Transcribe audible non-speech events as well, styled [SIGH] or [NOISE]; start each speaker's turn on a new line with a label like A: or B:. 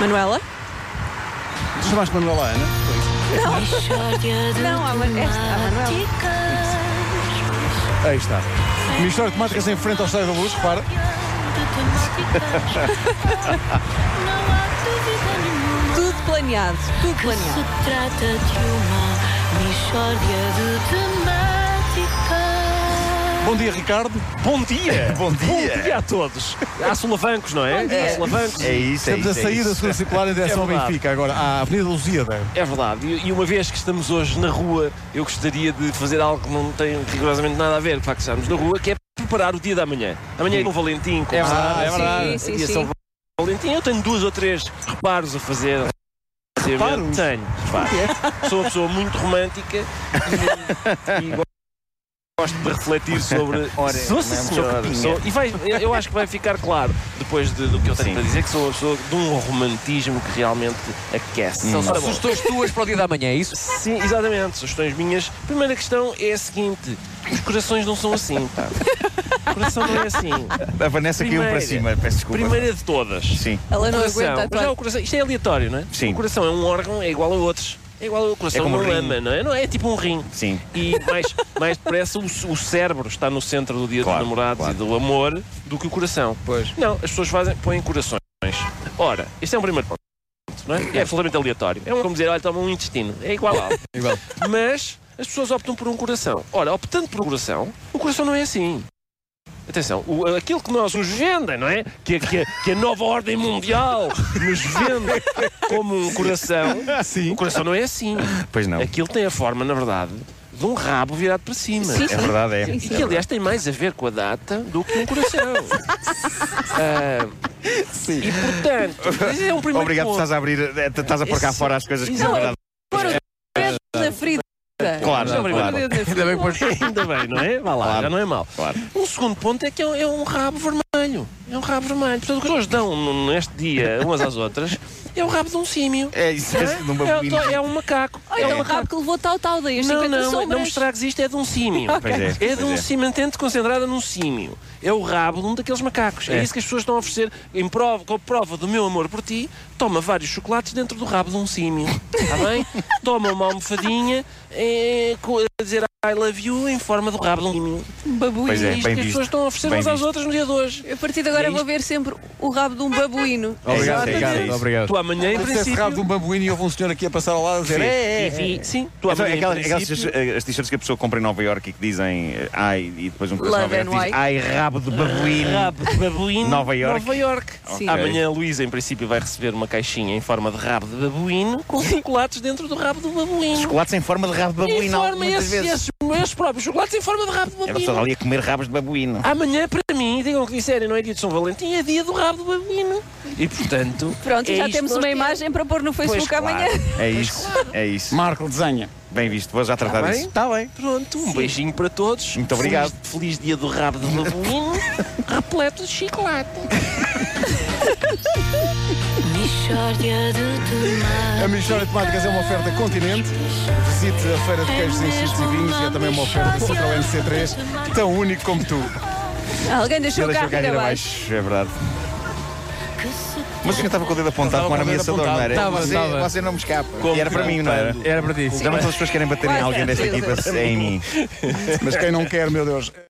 A: Manuela?
B: Chamaste Manuela Ana? Foi isso.
A: Não,
C: Não,
A: há uma- esta, há uma
B: Aí está. Mistória de temáticas em frente ao Estádio da Luz, repara.
A: Tudo planeado, tudo
C: Que se
A: planeado.
C: trata de uma mistória de temáticas.
B: Bom dia, Ricardo.
D: Bom dia!
E: É, Bom dia.
D: Bom dia a todos! Há solavancos, não é?
A: Bom dia.
D: Há solavancos.
E: É isso, é
B: Estamos
E: isso.
B: a
E: é
B: sair
E: isso.
B: da segunda circular em direção ao
D: verdade.
B: Benfica, agora à Avenida Lusíada.
D: É verdade. E, e uma vez que estamos hoje na rua, eu gostaria de fazer algo que não tem rigorosamente nada a ver, de facto, estamos na rua, que é preparar o dia da manhã. Amanhã é no Valentim, como
B: verdade,
D: sabe,
B: é
A: Sim,
B: verdade.
A: sim,
D: dia
A: sim.
D: São Valentim. Eu tenho duas ou três reparos a fazer.
B: Reparos?
D: Tenho. reparos. Sou uma pessoa muito romântica e, e go- gosto de refletir sobre.
E: [LAUGHS] Ora, é
D: sou, sim,
E: lembro.
D: senhora,
E: Chopinha.
D: sou- e vai, eu, eu acho que vai ficar claro depois de- do que eu tenho
E: Sim.
D: para dizer, que sou uma pessoa de um romantismo que realmente aquece.
E: São só
D: Ora, bom.
F: Sugestões tuas para o dia da manhã, é isso?
D: Sim, exatamente. Sugestões minhas. Primeira questão é a seguinte: os corações não são assim, pá. O coração não é assim.
E: A Vanessa caiu para
D: Primeira.
E: cima, peço desculpa.
D: Primeira de todas.
E: Sim.
A: Ela não
D: Coração.
A: aguenta a
D: Mas já o
A: tua...
D: coração, isto é aleatório, não é?
E: Sim.
D: O coração é um órgão, é igual a outros. É igual ao coração,
E: É como
D: não
E: um rim.
D: ama, não é? Não é? É tipo um rim.
E: Sim.
D: E mais, mais depressa o, o cérebro está no centro do dia
E: Claro,
D: dos namorados
E: claro.
D: e do amor do que o coração.
F: Pois.
D: Não, as pessoas fazem, põem corações. Ora, este é um primeiro ponto, não é? É absolutamente aleatório. É um- como dizer, olha, toma um intestino. É igual ao.
B: Igual.
D: Mas as pessoas optam por um coração. Ora, optando por um coração, o coração não é assim. Atenção, o- aquilo que nós nos vendem, não é? Que, a- que a- que a nova ordem mundial nos vende como um coração, o
B: Sim.
D: coração não é assim.
E: Pois não.
D: Aquilo tem a forma, na verdade, de um rabo virado para cima. um-
A: Sim,
E: É verdade, é.
A: Sim,
D: E que, aliás, tem mais a ver com a data do que um coração.
A: [LAUGHS]
D: Ah, E, portanto, esse é um primeiro
E: Obrigado,
D: ponto.
E: estás a abrir, eh, estás a pôr cá
D: Esse-
E: fora as coisas que
D: Não,
E: na verdade.
A: Pedro da Frida.
E: Claro,
D: Não,
A: Pedro
E: claro.
A: da Frida.
F: Ainda bem que foste.
D: Ainda bem, não é? Vá lá,
E: Claro.
D: já não é mau.
E: Claro.
D: Um segundo ponto é que é um, é um rabo vermelho. É um rabo vermelho. Portanto, o que as pessoas dão n- neste dia umas às outras é o rabo de um símio.
E: É isso, é, de um
D: É,
E: bambino.
D: o- é um macaco.
A: Olha,
D: é um
A: o rabo que levou tal tal daí, as
D: Não,
A: 50
D: não, não me
A: sombras.
D: estragues isto, é de um símio.
E: Pois é,
D: É
E: pois
D: de um
E: é.
D: símio, entende concentrada num símio. É o rabo de um daqueles macacos. É,
E: É.
D: isso que as pessoas estão a oferecer. Em prova, com prova do meu amor por ti, toma vários chocolates dentro do rabo de um símio. Está
E: [LAUGHS]
D: bem? toma uma almofadinha eh, co- a dizer I love you em forma do rabo de um símio.
A: Babuíno.
E: Pois
D: É
E: é,
D: isto que
E: bem
D: as
E: visto.
D: pessoas estão a oferecer
E: Bem
D: umas às
E: visto.
D: outras no dia de hoje.
A: A partir de
D: É
A: agora
D: isto.
A: vou ver sempre o rabo de um babuíno.
B: Obrigado,
E: isso, é
B: Ricardo.
E: isso.
B: Obrigado.
D: Tu amanhã, em
B: Se tivesse rabo de
D: princípio...
B: um bambuíno e houve um senhor aqui a passar ao lado a dizer é,
D: é, é, Sim, tu
E: Então,
D: amanhã,
E: é
D: em
E: aquelas, aquelas
D: princípio,
E: eh, as t-shirts que a pessoa compra em Nova Iorque e que dizem eh, ai e depois um coração
A: Love
E: aberto
A: and
E: diz
A: white.
E: ai rabo de babuíno.
D: Rabo de babuíno.
E: Nova Iorque.
D: Nova Iorque.
A: Sim.
D: Amanhã a Luísa, em princípio, vai receber uma caixinha em forma de rabo de babuíno com chocolates dentro do rabo do babuíno.
E: Chocolates em forma de rabo de
D: Em
E: babuíno.
D: forma,
E: muitas
D: esses,
E: vezes.
D: esses, esses próprios chocolates em forma de rabo de
E: É a pessoa
D: babuíno. Ah,
E: ali a comer rabos de babuíno.
D: Amanhã, para mim, digam o que disserem, não é dia de São Valentim, é dia do rabo de babuíno. E, portanto...
A: Pronto,
D: é
A: já
D: isto
A: temos
D: que nós
A: uma imagem para pôr no Facebook
D: Pois,
A: amanhã.
E: É isso, é isso.
B: Marco, desenha.
E: Bem visto, vou já tratar
D: Tá bem?
E: disso.
B: Está bem.
D: Pronto, um beijinho para todos.
E: Muito obrigado.
D: Feliz, feliz dia do rabo de babuíno,
E: [LAUGHS]
D: repleto de chocolate.
C: Mistória de
B: A
C: temáticas.
B: Ministério de Temáticas é uma oferta continente. Visite a Feira de Queijos, Enchidos e Vinhos e é também uma oferta contra o MC3, tão único como tu.
A: [LAUGHS] Alguém deixou o
E: Deixa
A: carro
E: eu cair
A: ainda abaixo.
E: abaixo, é verdade.
C: Que se
E: Mas o senhor estava com o dedo apontado
B: Estava
E: com um
B: com o dedo
E: ameaçador, não era?
F: apontado.
E: Você-
F: Estava, estava.
E: Você é não me escapa.
D: Como
E: E era para
D: que
E: mim, não era?
F: Era para ti.
E: Já não todas as pessoas querem bater em
A: Quase
E: alguém desta
A: certeza.
E: equipa, é em mim.
B: Mas quem não quer, meu Deus.